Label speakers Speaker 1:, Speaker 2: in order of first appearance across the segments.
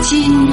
Speaker 1: 金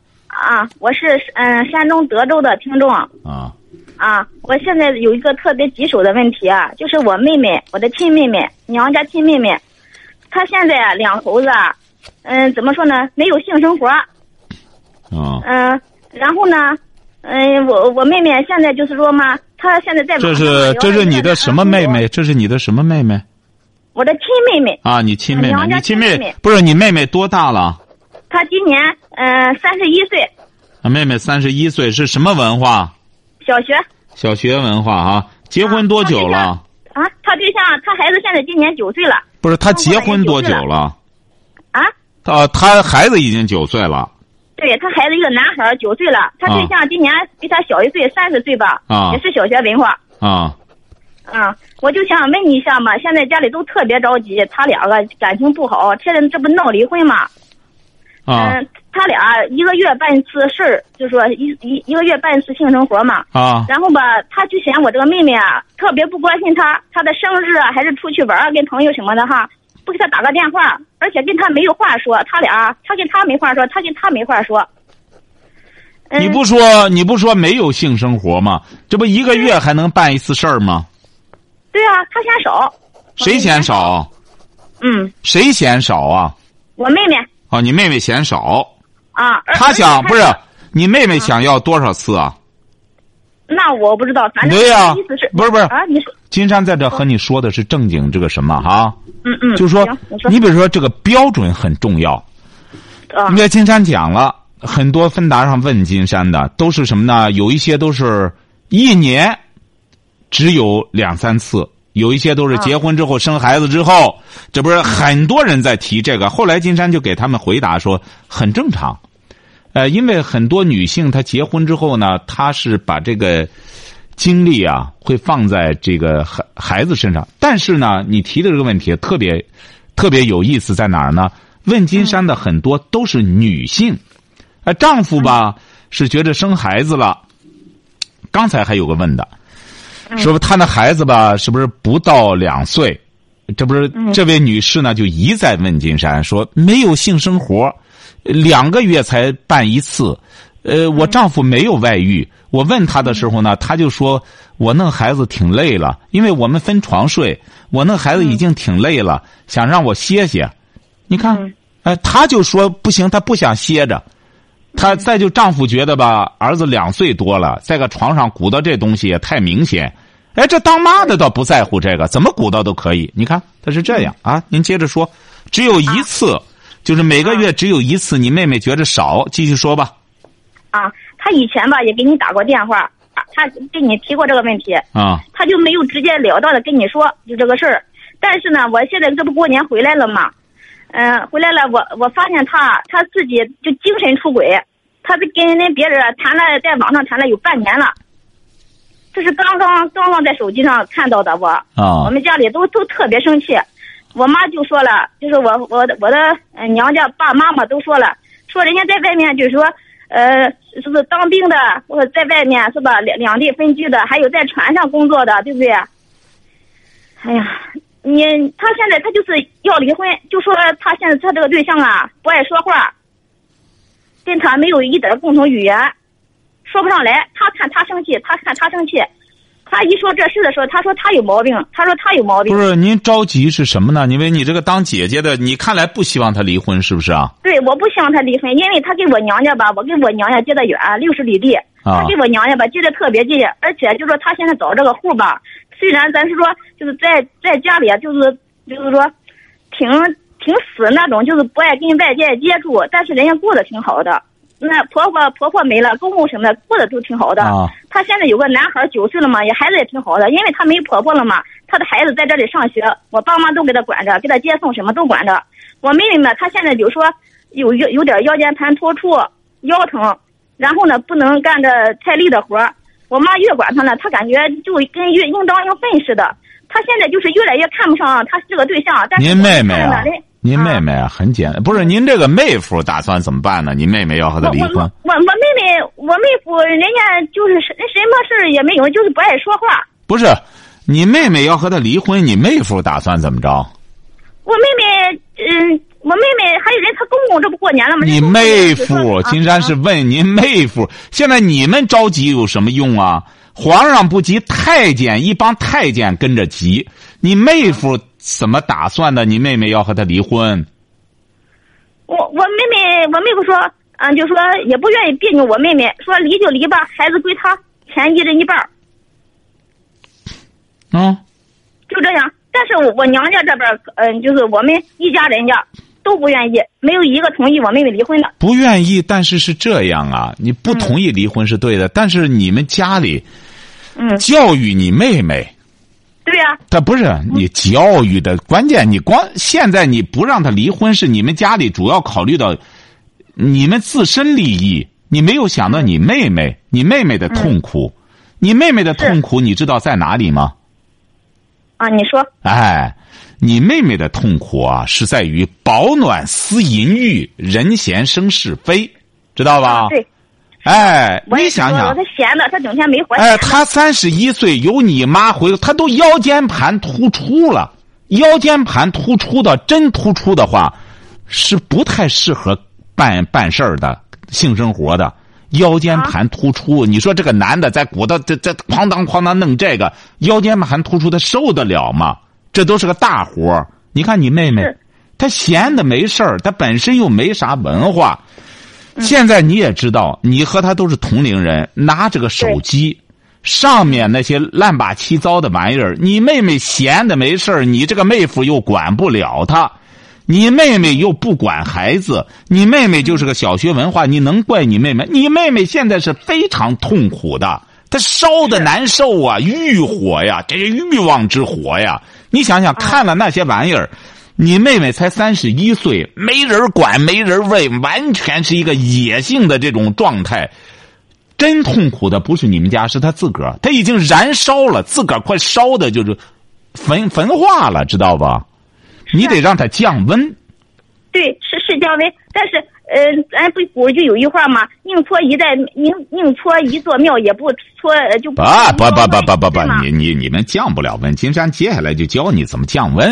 Speaker 2: 啊，我是嗯、呃山东德州的听众
Speaker 3: 啊，
Speaker 2: 啊，我现在有一个特别棘手的问题啊，就是我妹妹，我的亲妹妹，娘家亲妹妹，她现在啊两口子啊，嗯、怎么说呢，没有性生活，
Speaker 3: 啊，
Speaker 2: 嗯、然后呢，嗯、我我妹妹现在就是说嘛，她现在在网
Speaker 3: 这
Speaker 2: 上
Speaker 3: 是
Speaker 2: 聊
Speaker 3: 这是你的什么妹？
Speaker 2: 聊
Speaker 3: 妹？这是你的什么妹妹？
Speaker 2: 我的亲妹妹，
Speaker 3: 啊，你亲
Speaker 2: 啊
Speaker 3: 妹
Speaker 2: 娘
Speaker 3: 妹，
Speaker 2: 家
Speaker 3: 你亲
Speaker 2: 亲妹
Speaker 3: 妹
Speaker 2: 妹
Speaker 3: 不是你妹妹多大了？
Speaker 2: 她今年嗯三十一岁，
Speaker 3: 啊妹妹三十一岁，是什么文化？
Speaker 2: 小学
Speaker 3: 小学文化啊？结婚多久了？
Speaker 2: 啊啊，她对象她孩子现在今年九岁了
Speaker 3: 不是，她结婚多久了？
Speaker 2: 啊。
Speaker 3: 啊，她孩子已经九岁了
Speaker 2: 对他孩子一个男孩儿，九岁了，他对象今年比他小一岁，三十岁吧，
Speaker 3: 啊
Speaker 2: 也是小学文化。
Speaker 3: 啊。
Speaker 2: 嗯，我就想问你一下嘛，现在家里都特别着急，他两个感情不好，现在这不闹离婚嘛？
Speaker 3: 啊
Speaker 2: 嗯，他俩一个月办一次事儿，就说一一一个月办一次性生活嘛。
Speaker 3: 啊
Speaker 2: 然后吧，他就嫌我这个妹妹啊，特别不关心他，他的生日啊，还是出去玩儿跟朋友什么的哈，不给他打个电话，而且跟他没有话说，他俩他跟他没话说，他跟他没话说。嗯
Speaker 3: 你不说你不说没有性生活吗？这不一个月还能办一次事儿吗？
Speaker 2: 对啊，他嫌少。
Speaker 3: 谁嫌？少？
Speaker 2: 嗯，
Speaker 3: 谁嫌少啊？
Speaker 2: 我妹妹
Speaker 3: 哦，你妹妹嫌少，
Speaker 2: 啊。而
Speaker 3: 她想
Speaker 2: 而且啊
Speaker 3: 不是你妹妹想要多少次啊？
Speaker 2: 那我不知道，反正
Speaker 3: 对呀
Speaker 2: 意思是
Speaker 3: 不是不是
Speaker 2: 啊？你说，
Speaker 3: 金山在这和你说的是正经这个什么哈、
Speaker 2: 嗯 嗯，
Speaker 3: 就说
Speaker 2: 行你说
Speaker 3: 你比如说这个标准很重要。
Speaker 2: 啊
Speaker 3: 你，在金山讲了很多芬达上问金山的都是什么呢？有一些都是一年只有两三次，有一些都是
Speaker 2: 啊
Speaker 3: 结婚之后生孩子之后，这不是很多人在提这个。后来金山就给他们回答说很正常，呃，因为很多女性她结婚之后呢，她是把这个。精力啊，会放在这个孩孩子身上。但是呢，你提的这个问题特别特别有意思，在哪儿呢？问金山的很多都是女性，啊，丈夫吧是觉着生孩子了。刚才还有个问的，说他那孩子吧，是不是不到两岁？这不是这位女士呢，就一再问金山说没有性生活，两个月才办一次。呃，我丈夫没有外遇。我问他的时候呢，他就说我弄孩子挺累了，因为我们分床睡，我弄孩子已经挺累了，想让我歇歇。你看
Speaker 2: 嗯，
Speaker 3: 哎，他就说不行，他不想歇着。
Speaker 2: 嗯
Speaker 3: 他再就丈夫觉得吧，儿子两岁多了，在个床上鼓捣这东西也太明显。哎，这当妈的倒不在乎这个，怎么鼓捣都可以。你看他是这样
Speaker 2: 嗯
Speaker 3: 啊，您接着说，只有一次，
Speaker 2: 啊
Speaker 3: 就是每个月只有一次。你妹妹觉着少，继续说吧。
Speaker 2: 啊，他以前吧也给你打过电话，啊他跟你提过这个问题，
Speaker 3: 啊
Speaker 2: 他就没有直截了当的跟你说就这个事儿。但是呢，我现在这不过年回来了嘛，嗯、回来了我我发现他他自己就精神出轨，他是跟那别人谈了，在网上谈了有半年了。这是刚刚刚刚在手机上看到的我，我
Speaker 3: 啊
Speaker 2: 们家里都都特别生气，我妈就说了，就是我我的我的呃娘家爸妈妈都说了，说人家在外面就是说，呃，是不是当兵的或者在外面是吧，两两地分居的，还有在船上工作的，对不对？哎呀，你他现在他就是要离婚，就说他现在他这个对象啊不爱说话，跟他没有一点共同语言，说不上来。他看他生气，他看他生气，他一说这事的时候，他说他有毛病，他说他有毛病
Speaker 3: 不。是您着急是什么呢？因为你这个当姐姐的，你看来不希望她离婚，是不是啊？
Speaker 2: 对，我不希望他离婚，因为他跟我娘家吧，我跟我娘家接得远，六十里地，
Speaker 3: 啊
Speaker 2: 他跟我娘家吧接得特别近，而且就说他现在找这个户吧，虽然咱是说就是在在家里啊，就是就是说挺挺死那种，就是不爱跟外界接触，但是人家过得挺好的。那婆婆婆婆没了，公公什么的过得都挺好的。
Speaker 3: 啊
Speaker 2: 她现在有个男孩九岁了嘛，也孩子也挺好的，因为她没婆婆了嘛，她的孩子在这里上学，我爸妈都给她管着，给她接送什么都管着。我妹妹嘛，她现在就说有有有点腰间盘突出、腰疼，然后呢不能干这太累的活儿。我妈越管他呢，他感觉就跟越应当应分似的。他现在就是越来越看不上他这个对象。但是
Speaker 3: 您妹妹
Speaker 2: 我看
Speaker 3: 啊
Speaker 2: 着呢，
Speaker 3: 您妹妹啊，很简单，不是您这个妹夫打算怎么办呢？您妹妹要和他离
Speaker 2: 我
Speaker 3: 婚，
Speaker 2: 我我我妹妹，我妹夫人家就是什什么事儿也没有，就是不爱说话。
Speaker 3: 不是，你妹妹要和他离婚，你妹夫打算怎么着？
Speaker 2: 我妹妹，嗯，我妹妹还有人，她公公这不过年了吗？
Speaker 3: 你
Speaker 2: 人公公
Speaker 3: 妹
Speaker 2: 就说
Speaker 3: 夫，
Speaker 2: 啊
Speaker 3: 金山是问您妹夫，现在你们着急有什么用啊？皇上不急，太监一帮太监跟着急。你妹夫怎么打算的？你妹妹要和他离婚，
Speaker 2: 我我妹妹，我妹夫说，嗯，就说也不愿意别扭我妹妹，说离就离吧，孩子归他，钱一人一半儿，
Speaker 3: 嗯，
Speaker 2: 就这样。但是我我娘家这边儿，嗯，就是我们一家人家都不愿意，没有一个同意我妹妹离婚的。
Speaker 3: 不愿意，但是是这样啊，你不同意离婚是对的，但是你们家里
Speaker 2: 嗯，
Speaker 3: 教育你妹妹，
Speaker 2: 对呀、
Speaker 3: 他不是
Speaker 2: 嗯
Speaker 3: 你教育的关键，你光现在你不让他离婚，是你们家里主要考虑到你们自身利益，你没有想到你妹妹，你妹妹的痛苦，
Speaker 2: 嗯
Speaker 3: 你妹妹的痛苦，你知道在哪里吗？
Speaker 2: 啊，你说，
Speaker 3: 哎，你妹妹的痛苦啊，是在于饱暖思淫欲，人闲生是非，知道吧？
Speaker 2: 啊对，
Speaker 3: 哎，
Speaker 2: 我也
Speaker 3: 你想
Speaker 2: 说了
Speaker 3: 想
Speaker 2: 她，闲的，她整天没活。
Speaker 3: 哎，他三十一岁，有你妈回，他都腰间盘突出了，腰间盘突出的真突出的话，是不太适合办办事儿的性生活的。腰间盘突出，你说这个男的在鼓捣这这哐当哐当弄这个腰间盘突出，他受得了吗？这都是个大活儿你看你妹妹
Speaker 2: 是，
Speaker 3: 她闲的没事儿，她本身又没啥文化，现在你也知道，你和他都是同龄人，拿着个手机，上面那些乱八七糟的玩意儿，你妹妹闲的没事儿，你这个妹夫又管不了她，你妹妹又不管孩子，你妹妹就是个小学文化，你能怪你妹妹？你妹妹现在是非常痛苦的，她烧的难受啊，欲火呀，这是欲望之火呀。你想想，看了那些玩意儿，你妹妹才三十一岁，没人管，没人问，完全是一个野性的这种状态。真痛苦的不是你们家，是她自个儿，她已经燃烧了，自个儿快烧的就是焚焚化了，知道吧？你得让她降温。
Speaker 2: 对，是是姜维，但是呃，咱不古就有一句话嘛，宁搓一代宁宁搓一座庙，也不搓呃就不
Speaker 3: 啊，不不不不不不
Speaker 2: 对，吗
Speaker 3: 你你你们降不了温。金山接下来就教你怎么降温。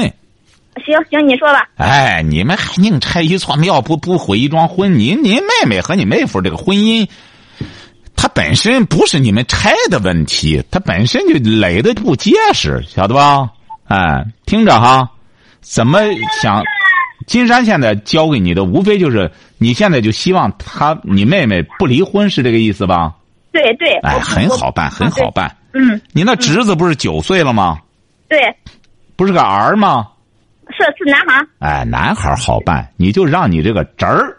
Speaker 2: 行行，你说吧，
Speaker 3: 哎，你们还宁拆一座庙，不不毁一桩婚。您您妹妹和你妹夫这个婚姻，它本身不是你们拆的问题，它本身就垒的不结实，晓得吧？哎，听着哈，怎么想？金山现在教给你的，无非就是你现在就希望他你妹妹不离婚，是这个意思吧？
Speaker 2: 对对，
Speaker 3: 哎，
Speaker 2: 我
Speaker 3: 很好办，很好，办。
Speaker 2: 我嗯，
Speaker 3: 你那侄子不是九岁了吗？
Speaker 2: 对，
Speaker 3: 不是个儿吗？
Speaker 2: 是是男孩儿，
Speaker 3: 哎，男孩儿好办，你就让你这个侄儿，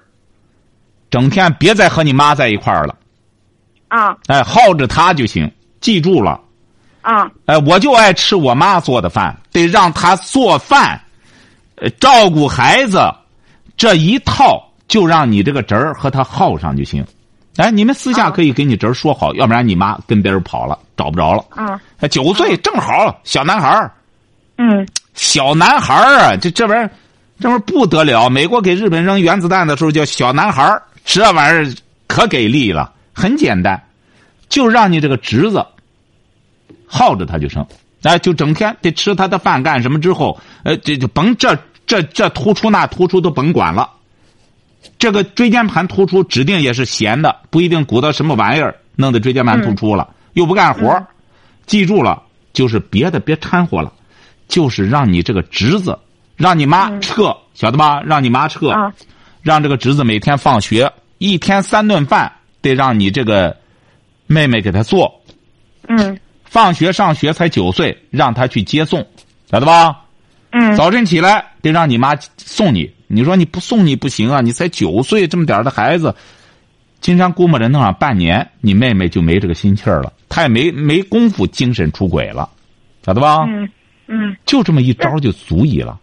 Speaker 3: 整天别再和你妈在一块儿了，
Speaker 2: 啊
Speaker 3: 哎，耗着他就行。记住了，
Speaker 2: 啊
Speaker 3: 哎，我就爱吃我妈做的饭，得让他做饭，呃，照顾孩子，这一套就让你这个侄儿和他耗上就行。哎，你们私下
Speaker 2: 啊
Speaker 3: 可以跟你侄儿说好，要不然你妈跟别人跑了，找不着了。
Speaker 2: 啊，
Speaker 3: 哎九岁正好，小男孩儿。
Speaker 2: 嗯，
Speaker 3: 小男孩儿啊，这这玩意儿，这玩意儿不得了。美国给日本扔原子弹的时候叫小男孩儿，这玩意儿可给力了。很简单，就让你这个侄子耗着他就成，哎，就整天得吃他的饭干什么之后，呃，这就甭这这这突出那突出都甭管了。这个椎间盘突出指定也是闲的，不一定鼓捣什么玩意儿，弄得椎间盘突出了，又不干活儿、记住了，就是别的别掺和了，就是让你这个侄子，让你妈撤，晓得吧？让你妈撤，
Speaker 2: 啊
Speaker 3: 让这个侄子每天放学一天三顿饭得让你这个妹妹给他做。
Speaker 2: 嗯
Speaker 3: 放学上学才九岁，让他去接送，晓得吧？
Speaker 2: 嗯，
Speaker 3: 早晨起来得让你妈送你。你说你不送你不行啊！你才九岁这么点儿的孩子，金山估摸着弄上半年，你妹妹就没这个心气儿了，她也没没功夫精神出轨了，晓得吧？
Speaker 2: 嗯嗯，
Speaker 3: 就这么一招就足以了。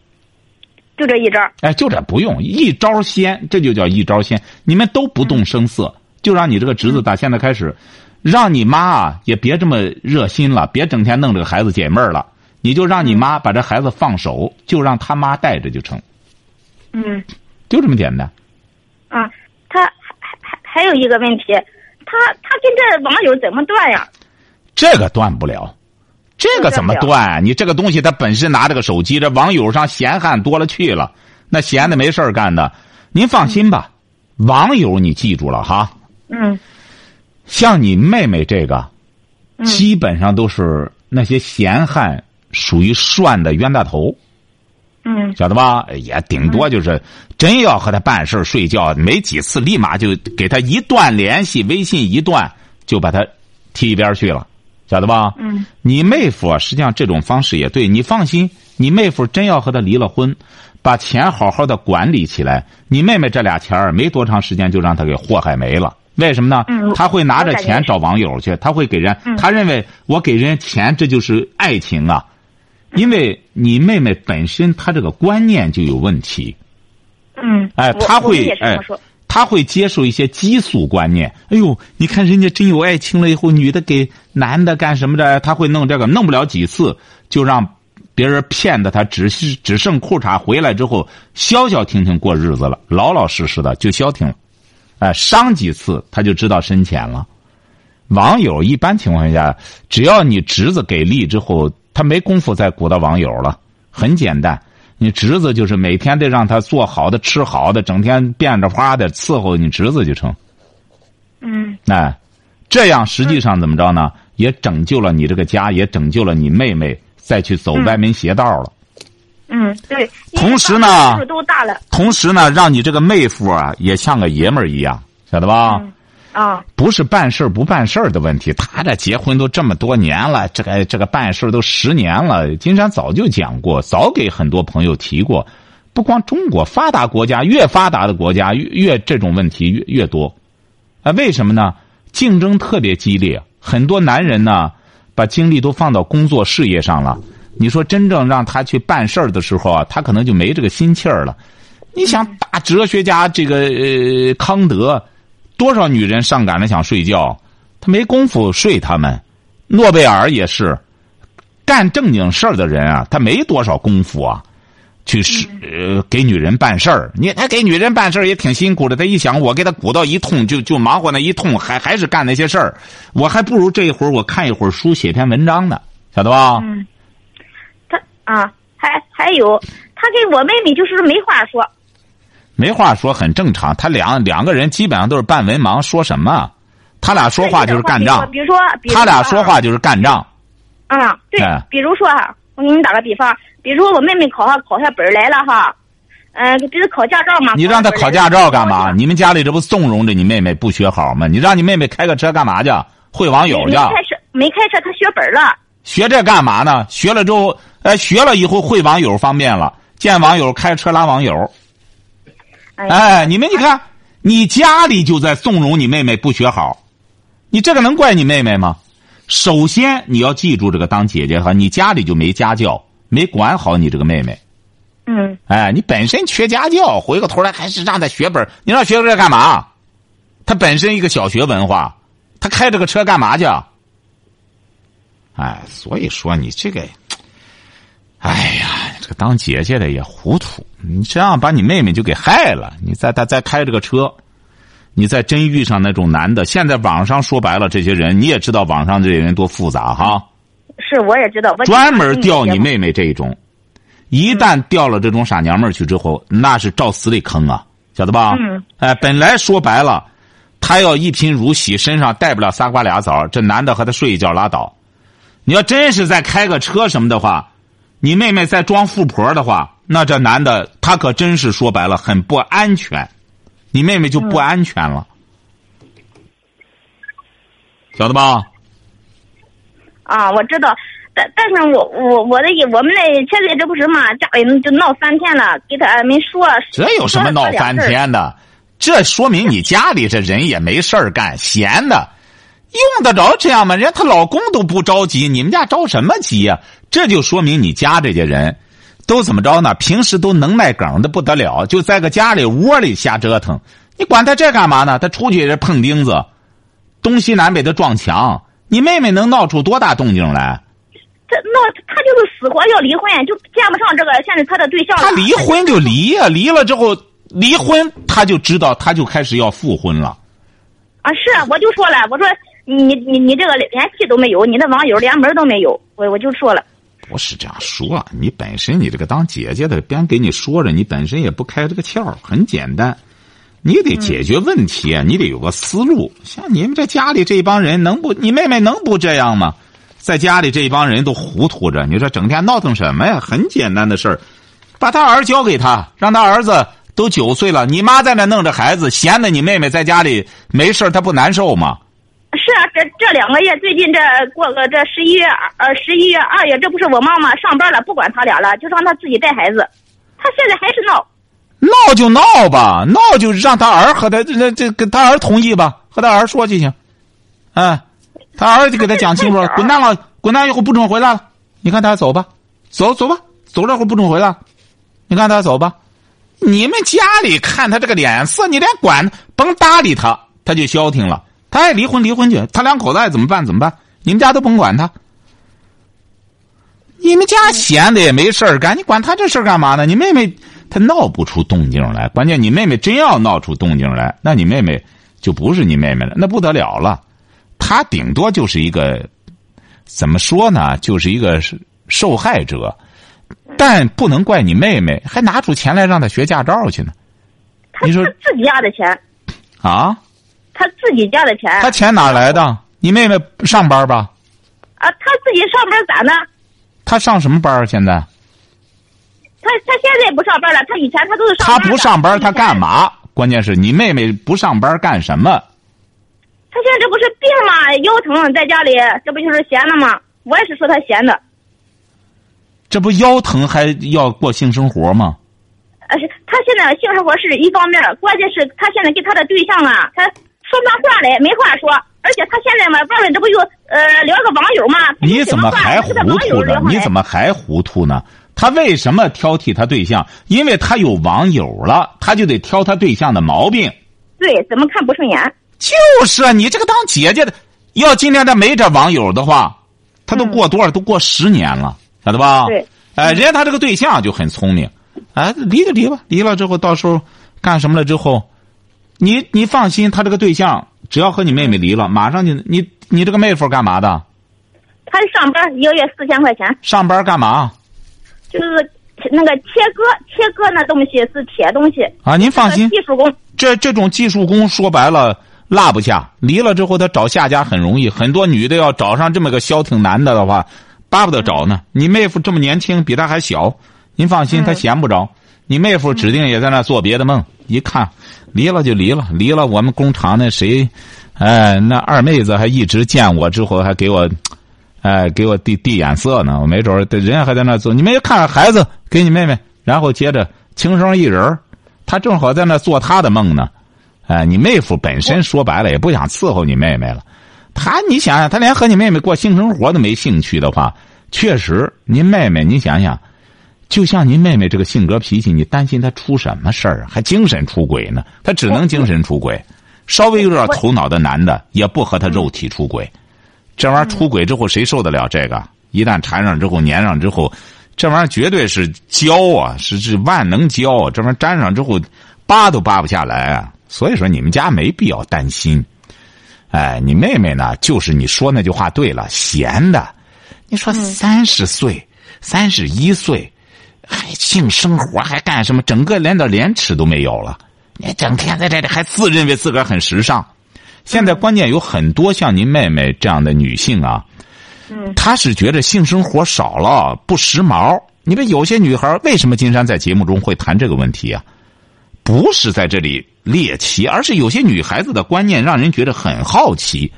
Speaker 2: 就这一招儿，
Speaker 3: 哎，就这不用一招鲜，这就叫一招鲜。你们都不动声色，就让你这个侄子打现在开始，让你妈啊也别这么热心了，别整天弄这个孩子解闷儿了，你就让你妈把这孩子放手，就让他妈带着就成，
Speaker 2: 嗯
Speaker 3: 就这么简单。
Speaker 2: 啊，他还还还还有一个问题，他他跟这网友怎么断呀？
Speaker 3: 这个断不了，这个怎么断？啊你这个东西，他本身拿这个手机，这网友上闲汉多了去了，那闲的没事儿干的。您放心吧，网友你记住了哈，
Speaker 2: 嗯
Speaker 3: 像你妹妹这个，
Speaker 2: 嗯
Speaker 3: 基本上都是那些闲汉属于涮的冤大头，
Speaker 2: 嗯
Speaker 3: 晓得吧？也顶多就是真要和他办事儿睡觉，没几次立马就给他一断联系，微信一断就把他踢一边儿去了，晓得吧？
Speaker 2: 嗯
Speaker 3: 你妹夫啊实际上这种方式也对你放心，你妹夫真要和他离了婚，把钱好好的管理起来，你妹妹这俩钱儿没多长时间就让他给祸害没了。为什么呢
Speaker 2: 嗯？
Speaker 3: 他会拿着
Speaker 2: 我感觉
Speaker 3: 钱
Speaker 2: 是
Speaker 3: 找网友去，他会给人
Speaker 2: 嗯，
Speaker 3: 他认为我给人钱这就是爱情啊，因为你妹妹本身她这个观念就有问题。
Speaker 2: 嗯，
Speaker 3: 哎
Speaker 2: 我
Speaker 3: 他
Speaker 2: 我
Speaker 3: 会
Speaker 2: 也是这么
Speaker 3: 哎
Speaker 2: 说，
Speaker 3: 他会接受一些激素观念。哎呦，你看人家真有爱情了以后，女的给男的干什么的，他会弄这个，弄不了几次就让别人骗的他只是只剩裤衩回来之后，消消停停过日子了，老老实实的就消停了。哎，伤几次他就知道深浅了。网友一般情况下，只要你侄子给力之后，他没功夫再鼓捣网友了，很简单。你侄子就是每天得让他做好的、吃好的，整天变着花的伺候你侄子就成。
Speaker 2: 嗯
Speaker 3: 哎，这样实际上怎么着呢？也拯救了你这个家，也拯救了你妹妹再去走歪门邪道了。
Speaker 2: 嗯，对。因为
Speaker 3: 同时呢
Speaker 2: 大家岁数都大了
Speaker 3: 同时呢，让你这个妹夫啊也像个爷们儿一样，晓得吧？
Speaker 2: 嗯啊，
Speaker 3: 不是办事儿不办事儿的问题，他这结婚都这么多年了，这个这个办事儿都十年了。金山早就讲过，早给很多朋友提过，不光中国发达国家，越发达的国家越越这种问题越越多，啊，为什么呢？竞争特别激烈，很多男人呢，把精力都放到工作事业上了。你说真正让他去办事儿的时候啊，他可能就没这个心气儿了。你想，大哲学家这个呃康德，多少女人上赶着想睡觉，他没工夫睡他们。诺贝尔也是，干正经事儿的人啊，他没多少功夫啊，去是呃给女人办事儿。你哎他给女人办事儿也挺辛苦的。他一想，我给他鼓捣一通，就就忙活那一通，还还是干那些事儿，我还不如这一会儿我看一会儿书，写篇文章呢，晓得吧？
Speaker 2: 嗯，他啊，还还有，他跟我妹妹就是没话说。
Speaker 3: 没话说，很正常。他两两个人基本上都是半文盲，说什么啊？他俩说话就是干仗，
Speaker 2: 比如说，比如说
Speaker 3: 他俩说话就是干仗。
Speaker 2: 啊，对
Speaker 3: 哎，
Speaker 2: 比如说哈，我给你打个比方，比如说我妹妹考上考下本儿来了哈，嗯、这是考驾照嘛？
Speaker 3: 你让他考
Speaker 2: 本儿
Speaker 3: 驾
Speaker 2: 来了
Speaker 3: 照干嘛？你们家里这不纵容着你妹妹不学好吗？你让你妹妹开个车干嘛去？会网友
Speaker 2: 没
Speaker 3: 去？
Speaker 2: 开车，没开车，她学本儿了。
Speaker 3: 学这干嘛呢？学了之后，哎，学了以后会网友方便了，见网友开车拉网友。
Speaker 2: 哎
Speaker 3: 哎，你们你看，你家里就在纵容你妹妹不学好，你这个能怪你妹妹吗？首先你要记住这个当姐姐哈，你家里就没家教，没管好你这个妹妹。
Speaker 2: 嗯
Speaker 3: 哎，你本身缺家教，回过头来还是让他学本儿你让他学这干嘛？他本身一个小学文化，他开这个车干嘛去？啊？哎，所以说你这个，哎呀，这个当姐姐的也糊涂，你这样把你妹妹就给害了。你再他再开这个车，你再真遇上那种男的，现在网上说白了，这些人你也知道，网上这些人多复杂哈。
Speaker 2: 是，我也知道。我
Speaker 3: 专门钓你
Speaker 2: 听节目。
Speaker 3: 妹妹这一种，一旦钓了这种傻娘们儿去之后，那是照死里坑啊，晓得吧？
Speaker 2: 嗯。
Speaker 3: 哎，本来说白了，他要一贫如洗，身上带不了仨瓜俩枣儿，这男的和他睡一觉拉倒。你要真是再开个车什么的话，你妹妹再装富婆的话，那这男的他可真是说白了很不安全，你妹妹就不安全了，晓得吧？
Speaker 2: 啊，我知道，但但是我我我的意我们那现在这不是嘛，家里就闹翻天了，给他没说。
Speaker 3: 这有什么闹翻
Speaker 2: 说了俩事儿？
Speaker 3: 天的？这说明你家里这人也没事儿干，闲的，用得着这样吗？人家她老公都不着急，你们家着什么急呀、这就说明你家这些人，都怎么着呢？平时都能耐梗的不得了，就在个家里窝里瞎折腾。你管他这干嘛呢？他出去也是碰钉子，东西南北的撞墙。你妹妹能闹出多大动静来？
Speaker 2: 他那他就是死活要离婚，就见不上这个现在他的对象了。
Speaker 3: 他离婚就离呀、离了之后离婚，他就知道他就开始要复婚了。
Speaker 2: 啊，是啊我就说了，我说你你你这个连戏都没有，你那网友连门都没有，我我就说了，
Speaker 3: 不是这样说，啊你本身你这个当姐姐的，别人给你说着，你本身也不开这个窍，很简单，你也得解决问题，啊你得有个思路。像你们这家里这帮人，能不你妹妹能不这样吗？在家里这一帮人都糊涂着，你说整天闹腾什么呀？很简单的事儿，把他儿交给他，让他儿子都九岁了，你妈在那弄着孩子，闲的你妹妹在家里没事儿她不难受吗？
Speaker 2: 是啊，这这两个月最近这过个这十一月呃十一月二月，这不是我妈妈上班了，不管他俩了，就让他自己带孩子，他现在还是闹。
Speaker 3: 闹就闹吧，闹就让他儿和他这这跟他儿同意吧，和他儿说就行，啊，他儿就给他讲清楚了，滚蛋了，滚蛋一会儿不准回来了。你看他走吧，走走吧，走这会儿不准回来了，你看他走吧。你们家里看他这个脸色，你连管甭搭理他，他就消停了。他爱离婚离婚去，他两口子爱怎么办怎么办，你们家都甭管他。你们家闲的也没事儿干，你管他这事儿干嘛呢？你妹妹她闹不出动静来，关键你妹妹真要闹出动静来，那你妹妹就不是你妹妹了，那不得了了。她顶多就是一个，怎么说呢，就是一个是受害者，但不能怪你妹妹，还拿出钱来让她学驾照去呢
Speaker 2: 他
Speaker 3: 你说
Speaker 2: 他自己家的钱，
Speaker 3: 啊！
Speaker 2: 他自己家的钱
Speaker 3: 她钱哪来的？你妹妹上班吧？
Speaker 2: 啊，他自己上班咋呢？
Speaker 3: 她上什么班儿现在？
Speaker 2: 他他现在不上班了，他以前他都是上
Speaker 3: 她
Speaker 2: 班的
Speaker 3: 不上班，
Speaker 2: 以
Speaker 3: 她
Speaker 2: 前
Speaker 3: 干嘛？关键是你妹妹不上班干什么？
Speaker 2: 他现在这不是病吗？腰疼，在家里，这不就是闲的吗？我也是说他闲的，
Speaker 3: 这不腰疼还要过性生活吗？
Speaker 2: 而且呃他现在性生活是一方面，关键是他现在跟他的对象啊，他说不上话来，没话说。而且他现在嘛，外面这不有呃聊个网友嘛？他就
Speaker 3: 你怎么还糊
Speaker 2: 喜欢跟网友
Speaker 3: 涂
Speaker 2: 聊
Speaker 3: 呢？
Speaker 2: 上
Speaker 3: 你
Speaker 2: 来
Speaker 3: 怎么还糊涂呢？他为什么挑剔他对象？因为他有网友了，他就得挑他对象的毛病。
Speaker 2: 对怎么看不顺眼？
Speaker 3: 就是啊，你这个当姐姐的，要今天他没这网友的话，他都过多少？都过十年了，晓得吧？
Speaker 2: 对。
Speaker 3: 哎，人家他这个对象就很聪明，哎，离就离吧，离了之后到时候干什么了之后，你你放心，他这个对象只要和你妹妹离了，马上就你你这个妹夫干嘛的？
Speaker 2: 他上班一个月四千块钱，
Speaker 3: 上班干嘛
Speaker 2: 就是那个切割切割那东西是铁东西，呃
Speaker 3: 啊？您放心，
Speaker 2: 技术工。
Speaker 3: 这这种技术工说白了落不下，离了之后他找下家很容易。很多女的要找上这么个消停男的的话，巴不得找呢。你妹夫这么年轻，比他还小，您放心，他闲不着。你妹夫指定也在那做别的梦。一看，离了就离了，离了我们工厂那谁，哎，那二妹子还一直见我之后还给我，哎，给我递递眼色呢。我没准儿人家还在那做，你们看孩子给你妹妹，然后接着轻生一人儿他正好在那做他的梦呢。哎，你妹夫本身说白了也不想伺候你妹妹了，他你想想，他连和你妹妹过性生活都没兴趣的话，确实，您妹妹，你想想，就像您妹妹这个性格脾气，你担心她出什么事儿啊？还精神出轨呢？她只能精神出轨，稍微有点头脑的男的也不和她肉体出轨，这玩意儿出轨之后谁受得了这个？一旦缠上之后，粘上之后，这玩意儿绝对是胶啊，是是万能胶啊，这玩意儿粘上之后，扒都扒不下来啊。所以说，你们家没必要担心。哎，你妹妹呢？就是你说那句话对了，闲的。你说三十岁、三十一岁，还性生活还干什么？整个连点廉耻都没有了。你整天在这里还自认为自个儿很时尚。现在关键有很多像您妹妹这样的女性啊，她是觉得性生活少了不时髦。你们有些女孩儿为什么金山在节目中会谈这个问题啊？不是在这里猎奇，而是有些女孩子的观念让人觉得很好奇。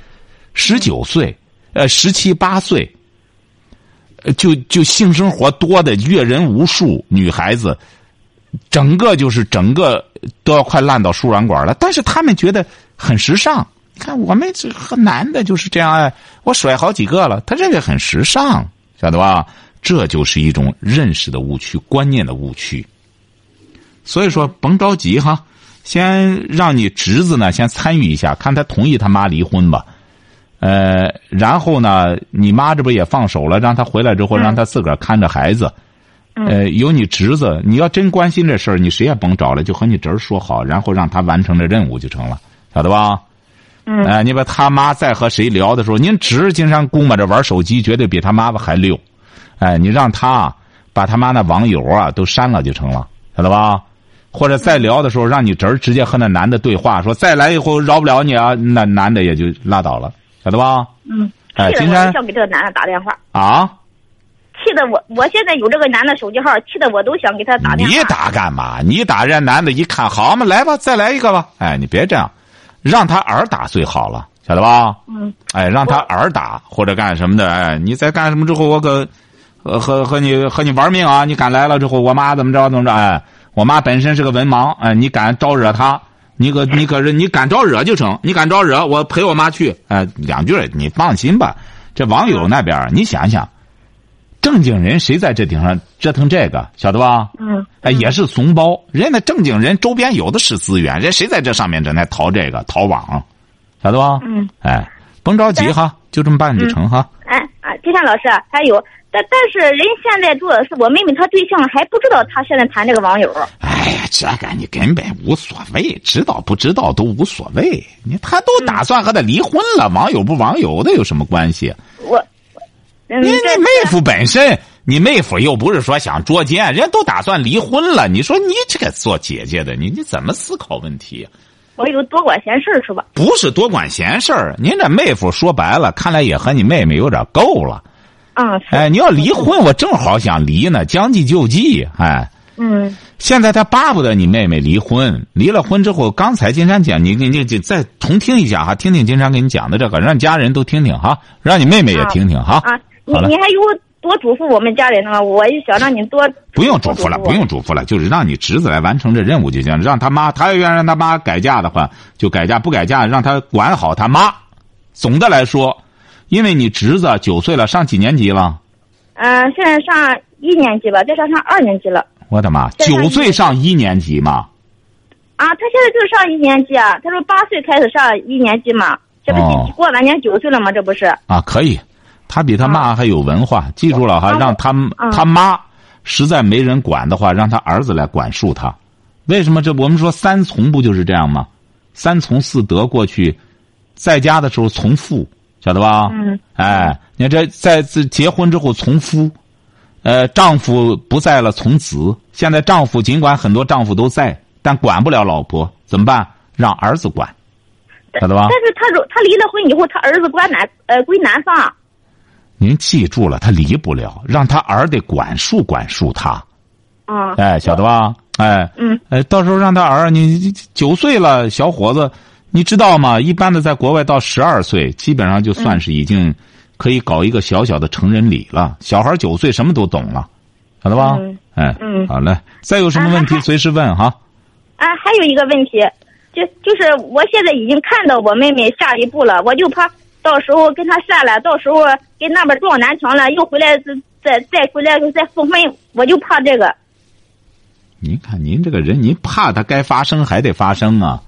Speaker 3: 十九岁，呃，十七八岁，呃就就性生活多的阅人无数，女孩子，整个就是整个都要快烂到输卵管了。但是他们觉得很时尚。你看我们这和男的就是这样，哎，我甩好几个了，他认为很时尚，晓得吧？这就是一种认识的误区，观念的误区。所以说，甭着急哈，先让你侄子呢先参与一下，看他同意他妈离婚吧。呃，然后呢，你妈这不也放手了，让他回来之后，让他自个儿看着孩子。呃，有你侄子，你要真关心这事儿，你谁也甭找了，就和你侄儿说好，然后让他完成这任务就成了，晓得吧？
Speaker 2: 嗯
Speaker 3: 哎、你把他妈再和谁聊的时候，您侄儿经常估摸着玩手机，绝对比他妈还溜。哎，你让他把他妈那网友啊都删了就成了，晓得吧？或者再聊的时候，让你侄儿直接和那男的对话，说再来以后饶不了你啊，那男的也就拉倒了，晓得吧？
Speaker 2: 嗯，
Speaker 3: 哎，
Speaker 2: 气
Speaker 3: 金
Speaker 2: 得我
Speaker 3: 山
Speaker 2: 都想给这个男的打电话，
Speaker 3: 啊，
Speaker 2: 气得我我现在有这个男的手机号，气得我都想给他打电话。
Speaker 3: 你打干嘛？你打人家男的一看，好嘛，来吧，再来一个吧。哎，你别这样，让他儿打最好了，晓得吧？
Speaker 2: 嗯
Speaker 3: 哎，让他儿打或者干什么的，哎，你再干什么之后，我可和和和你和你玩命啊！你敢来了之后，我妈怎么着怎么着？哎，我妈本身是个文盲，哎，你敢招惹她，你可你可是你敢招惹就成，你敢招惹，我陪我妈去。哎，两句儿你放心吧，这网友那边儿你想想，正经人谁在这顶上折腾这个，晓得吧？
Speaker 2: 嗯，
Speaker 3: 哎，也是怂包，人家正经人周边有的是资源，人谁在这上面整天淘这个淘网，晓得吧？
Speaker 2: 嗯，
Speaker 3: 哎，甭着急哈，就这么办就成哈。
Speaker 2: 哎啊，金山老师还有，但但是人现在做的是我妹妹她对象还不知道她现在谈这个网友。
Speaker 3: 哎呀，这个你根本无所谓，知道不知道都无所谓。你他
Speaker 2: 嗯
Speaker 3: 都打算和他离婚了，网友不网友的有什么关系？
Speaker 2: 我，嗯，
Speaker 3: 你
Speaker 2: 这
Speaker 3: 你妹夫本身，你妹夫又不是说想捉奸，人家都打算离婚了。你说你这个做姐姐的，你你怎么思考问题啊呀、
Speaker 2: 我有多管闲事儿是吧？
Speaker 3: 不是多管闲事儿，您这妹夫说白了，看来也和你妹妹有点够了。
Speaker 2: 嗯，是，
Speaker 3: 哎，你要离婚，我正好想离呢，将计就计。哎，
Speaker 2: 嗯
Speaker 3: 现在他巴不得你妹妹离婚，离了婚之后，刚才金山讲，你你你你再重听一下哈，听听金山给你讲的这个，让家人都听听哈，让你妹妹也听听哈。
Speaker 2: 啊，你
Speaker 3: 好了
Speaker 2: 你还有多嘱咐我们家人呢，我也想让你多
Speaker 3: 不用嘱咐了，
Speaker 2: 多
Speaker 3: 不用嘱咐了，就是让你侄子来完成这任务就行。让他妈，他要愿意让他妈改嫁的话，就改嫁；不改嫁，让他管好他妈。总的来说，因为你侄子九岁了，上几年级了？
Speaker 2: 嗯、现在上一年级吧，再上上二年级了
Speaker 3: 我的妈，
Speaker 2: 对上
Speaker 3: 九
Speaker 2: 一
Speaker 3: 岁上一年级嘛。
Speaker 2: 啊，他现在就是上一年级啊，他说八岁开始上一年级嘛，这不
Speaker 3: 哦
Speaker 2: 过完年九岁了吗？这不是，
Speaker 3: 啊，可以，他比他妈还有文化，记住了哈，
Speaker 2: 啊
Speaker 3: 让他
Speaker 2: 嗯
Speaker 3: 他妈实在没人管的话，让他儿子来管束他。为什么这我们说三从不就是这样吗？三从四德过去，在家的时候从父，晓得吧？
Speaker 2: 嗯。
Speaker 3: 哎，你看这在这结婚之后从夫，呃，丈夫不在了从子。现在丈夫尽管很多丈夫都在，但管不了老婆，怎么办？让儿子管，晓得吧？
Speaker 2: 但是他如他离了婚以后，他儿子归南呃归南方，
Speaker 3: 您记住了，他离不了，让他儿得管束管束他，
Speaker 2: 啊、
Speaker 3: 哎，晓得吧？哎，
Speaker 2: 嗯，
Speaker 3: 哎，到时候让他儿，你九岁了，小伙子，你知道吗？一般的在国外到十二岁，基本上就
Speaker 2: 嗯
Speaker 3: 算是已经可以搞一个小小的成人礼了。小孩九岁什么都懂了，晓得吧？
Speaker 2: 嗯
Speaker 3: 哎，
Speaker 2: 嗯
Speaker 3: 好嘞，再有什么问题随时问哈。
Speaker 2: 啊，还有一个问题，就就是我现在已经看到我妹妹下一步了，我就怕到时候跟她散了，到时候跟那边撞南墙了，又回来再再再回来再复婚，我就怕这个。
Speaker 3: 您看您这个人，您怕他该发生还得发生啊，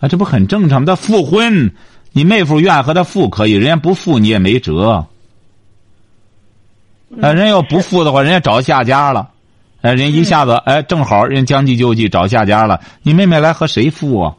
Speaker 3: 啊，这不很正常吗？他复婚，你妹夫愿和他复可以，人家不复你也没辙。啊，人家要不复的话，人家找下家了，哎、人一下子哎，正好人将计就计找下家了，你妹妹来和谁复啊？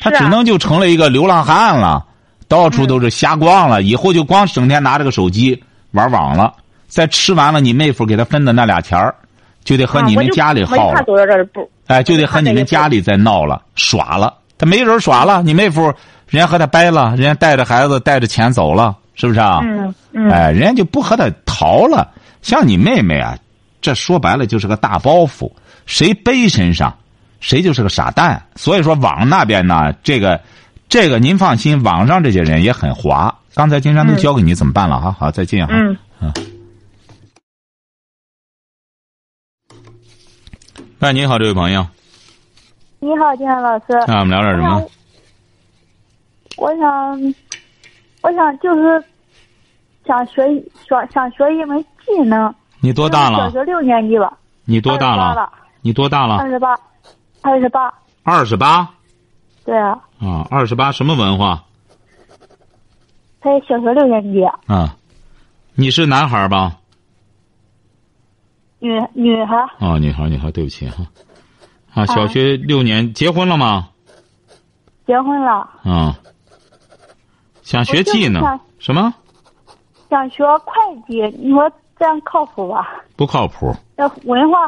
Speaker 3: 他
Speaker 2: 是啊
Speaker 3: 只能就成了一个流浪汉了，到处都是瞎逛了，以后就光整天拿着个手机玩网了，再吃完了你妹夫给他分的那俩钱儿，就得和你
Speaker 2: 啊我
Speaker 3: 们
Speaker 2: 就
Speaker 3: 家里
Speaker 2: 我就
Speaker 3: 耗
Speaker 2: 怕
Speaker 3: 了，
Speaker 2: 走到这一步。
Speaker 3: 哎，就得和你们家里再闹了耍了，他没人耍了，你妹夫人家和他掰了，人家带着孩子带着钱走了，是不是啊？
Speaker 2: 嗯嗯
Speaker 3: 哎，人家就不和他逃了。像你妹妹啊，这说白了就是个大包袱，谁背身上，谁就是个傻蛋。所以说，网那边呢，这个，这个您放心，网上这些人也很滑。刚才金山都
Speaker 2: 嗯
Speaker 3: 教给你怎么办了哈，好，再见哈。
Speaker 2: 嗯，
Speaker 3: 哎，你好，这位朋友，
Speaker 4: 你好，金山老师。
Speaker 3: 那我们聊点什
Speaker 4: 哎
Speaker 3: 么？
Speaker 4: 我想，我想就是想学一想想学一门技能。
Speaker 3: 你多大
Speaker 4: 我小
Speaker 3: 了？
Speaker 4: 学六年级吧。
Speaker 3: 你多大
Speaker 4: 二十八
Speaker 3: 了？啊
Speaker 4: 了？
Speaker 3: 你多大了？
Speaker 4: 二十八，二十八。
Speaker 3: 二十八
Speaker 2: 对啊，
Speaker 3: 啊，二十八什么文化
Speaker 2: 他小学六年级，
Speaker 3: 啊？你是男孩儿吧？
Speaker 2: 女女孩
Speaker 3: 啊，女孩儿，女孩儿，对不起哈。啊，小学六年结婚了吗？
Speaker 2: 结婚了，
Speaker 3: 啊，想学技能
Speaker 2: 我就是想
Speaker 3: 什么
Speaker 2: 想学会计，你说这样靠谱吧？
Speaker 3: 不靠谱？
Speaker 2: 那文化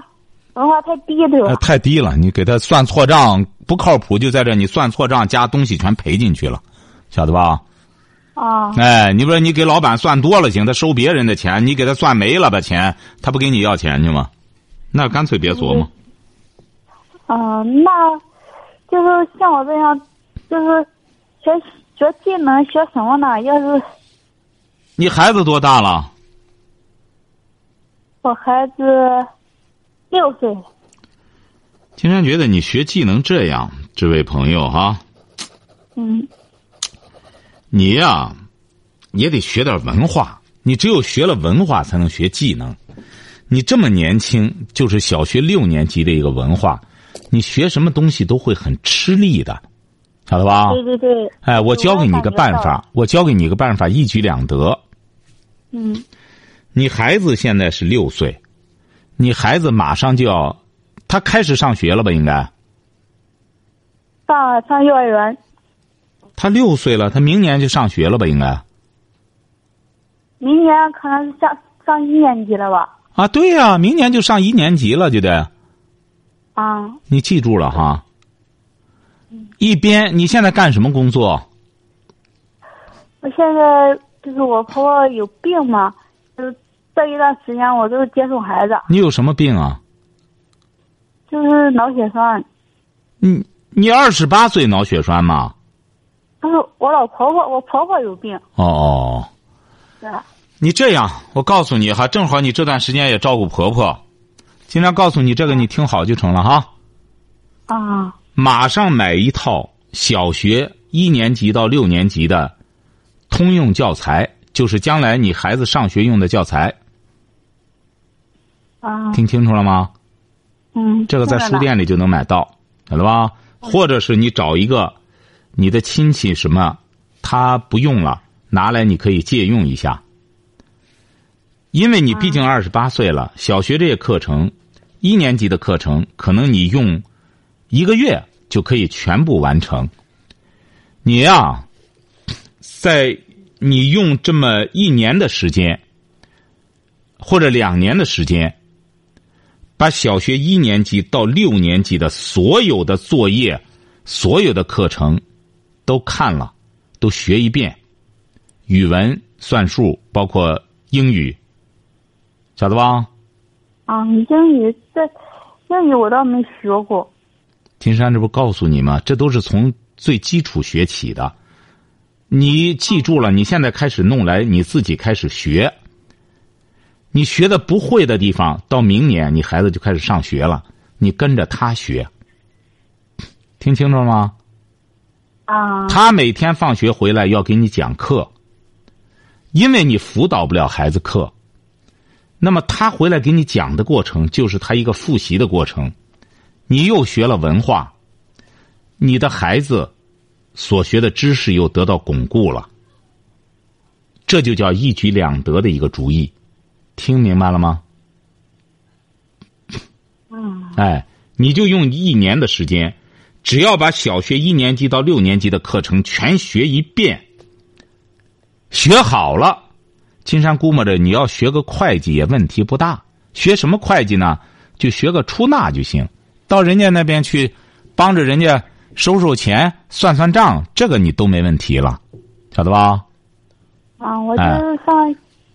Speaker 2: 文化太低对吧
Speaker 3: 呃，？太低了，你给他算错账不靠谱，就在这儿你算错账加东西全赔进去了，晓得吧？
Speaker 2: 啊，
Speaker 3: 哎，你不是你给老板算多了行，他收别人的钱，你给他算没了把钱，他不给你要钱去吗？那干脆别琢磨。
Speaker 2: 嗯，那就是像我这样，就是学学技能学什么呢？要是
Speaker 3: 你孩子多大了？
Speaker 2: 我孩子六岁，
Speaker 3: 金山觉得你学技能这样，这位朋友哈、
Speaker 2: 嗯，
Speaker 3: 你呀、也得学点文化。你只有学了文化，才能学技能。你这么年轻，就是小学六年级的一个文化，你学什么东西都会很吃力的，晓得吧？
Speaker 2: 对对对，
Speaker 3: 哎，我
Speaker 2: 我
Speaker 3: 教给你一个办
Speaker 2: 感觉到
Speaker 3: 法
Speaker 2: 了，
Speaker 3: 我教给你一个办法，一举两得。
Speaker 2: 嗯，
Speaker 3: 你孩子现在是六岁，你孩子马上就要，他开始上学了吧？应该
Speaker 2: 上上幼儿园，
Speaker 3: 他六岁了，他明年就上学了吧？应该
Speaker 2: 明年可能是上上一年级了吧？
Speaker 3: 啊，对呀、明年就上一年级了，就得。
Speaker 2: 啊、
Speaker 3: 你记住了哈。一边你现在干什么工作？
Speaker 2: 我现在就是我婆婆有病嘛，啊就是这一段时间我都是接送孩子，
Speaker 3: 你有什么病啊？
Speaker 2: 就是脑血栓。
Speaker 3: 你你二十八岁脑血栓吗？
Speaker 2: 不是我老婆婆，我婆婆有病，
Speaker 3: 哦哦，
Speaker 2: 对吧？
Speaker 3: 你这样，我告诉你哈，正好你这段时间也照顾婆婆，经常告诉你这个，你听好就成了哈。
Speaker 2: 啊
Speaker 3: 马上买一套小学一年级到六年级的通用教材，就是将来你孩子上学用的教材，
Speaker 2: 啊，
Speaker 3: 听清楚了吗？
Speaker 2: 嗯，
Speaker 3: 这个在
Speaker 2: 听
Speaker 3: 书
Speaker 2: 着呢，
Speaker 3: 店里就能买到，晓得吧？或者是你找一个你的亲戚什么，他不用了，拿来你可以借用一下。因为你毕竟二十八岁了，小学这些课程，一年级的课程，可能你用一个月就可以全部完成。你呀、在你用这么一年的时间，或者两年的时间，把小学一年级到六年级的所有的作业、所有的课程都看了，都学一遍，语文、算术，包括英语，晓得吧？
Speaker 2: 啊，英语这英语我倒没学过，
Speaker 3: 金山这不告诉你吗？这都是从最基础学起的。你记住了，你现在开始弄来，你自己开始学。你学的不会的地方，到明年你孩子就开始上学了，你跟着他学。听清楚了吗？
Speaker 2: 啊
Speaker 3: 他每天放学回来要给你讲课，因为你辅导不了孩子课，那么他回来给你讲的过程就是他一个复习的过程，你又学了文化，你的孩子所学的知识又得到巩固了，这就叫一举两得的一个主意，听明白了吗？
Speaker 2: 嗯
Speaker 3: 哎，你就用一年的时间，只要把小学一年级到六年级的课程全学一遍，学好了，金山估摸着你要学个会计也问题不大。学什么会计呢？就学个出纳就行，到人家那边去，帮着人家收收钱、算算账，这个你都没问题了，晓得吧？
Speaker 2: 啊，我
Speaker 3: 哎
Speaker 2: 就是上，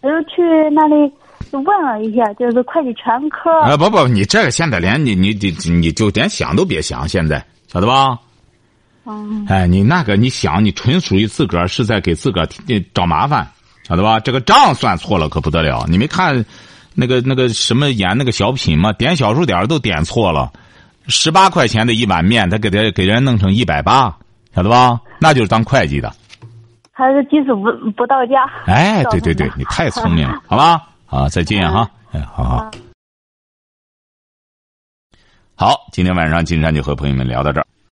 Speaker 2: 我就去那里就问了一下，就是会计全科
Speaker 3: 啊、不不，你这个现在连你你你你就连想都别想，现在晓得吧？
Speaker 2: 嗯
Speaker 3: 哎，你那个，你想，你纯属于自个儿是在给自个儿呃找麻烦，晓得吧？这个账算错了可不得了，你没看那个那个什么演那个小品吗？点小数点儿都点错了，十八块钱的一碗面，他给他给人弄成一百八，晓得吧？那就是当会计的。
Speaker 2: 还是基础不不到家。
Speaker 3: 哎，
Speaker 2: 告
Speaker 3: 对
Speaker 2: 诉
Speaker 3: 对
Speaker 2: 你
Speaker 3: 对，你太聪明了，好吧？啊，再见哈，哎，好好。好，今天晚上金山就和朋友们聊到这儿。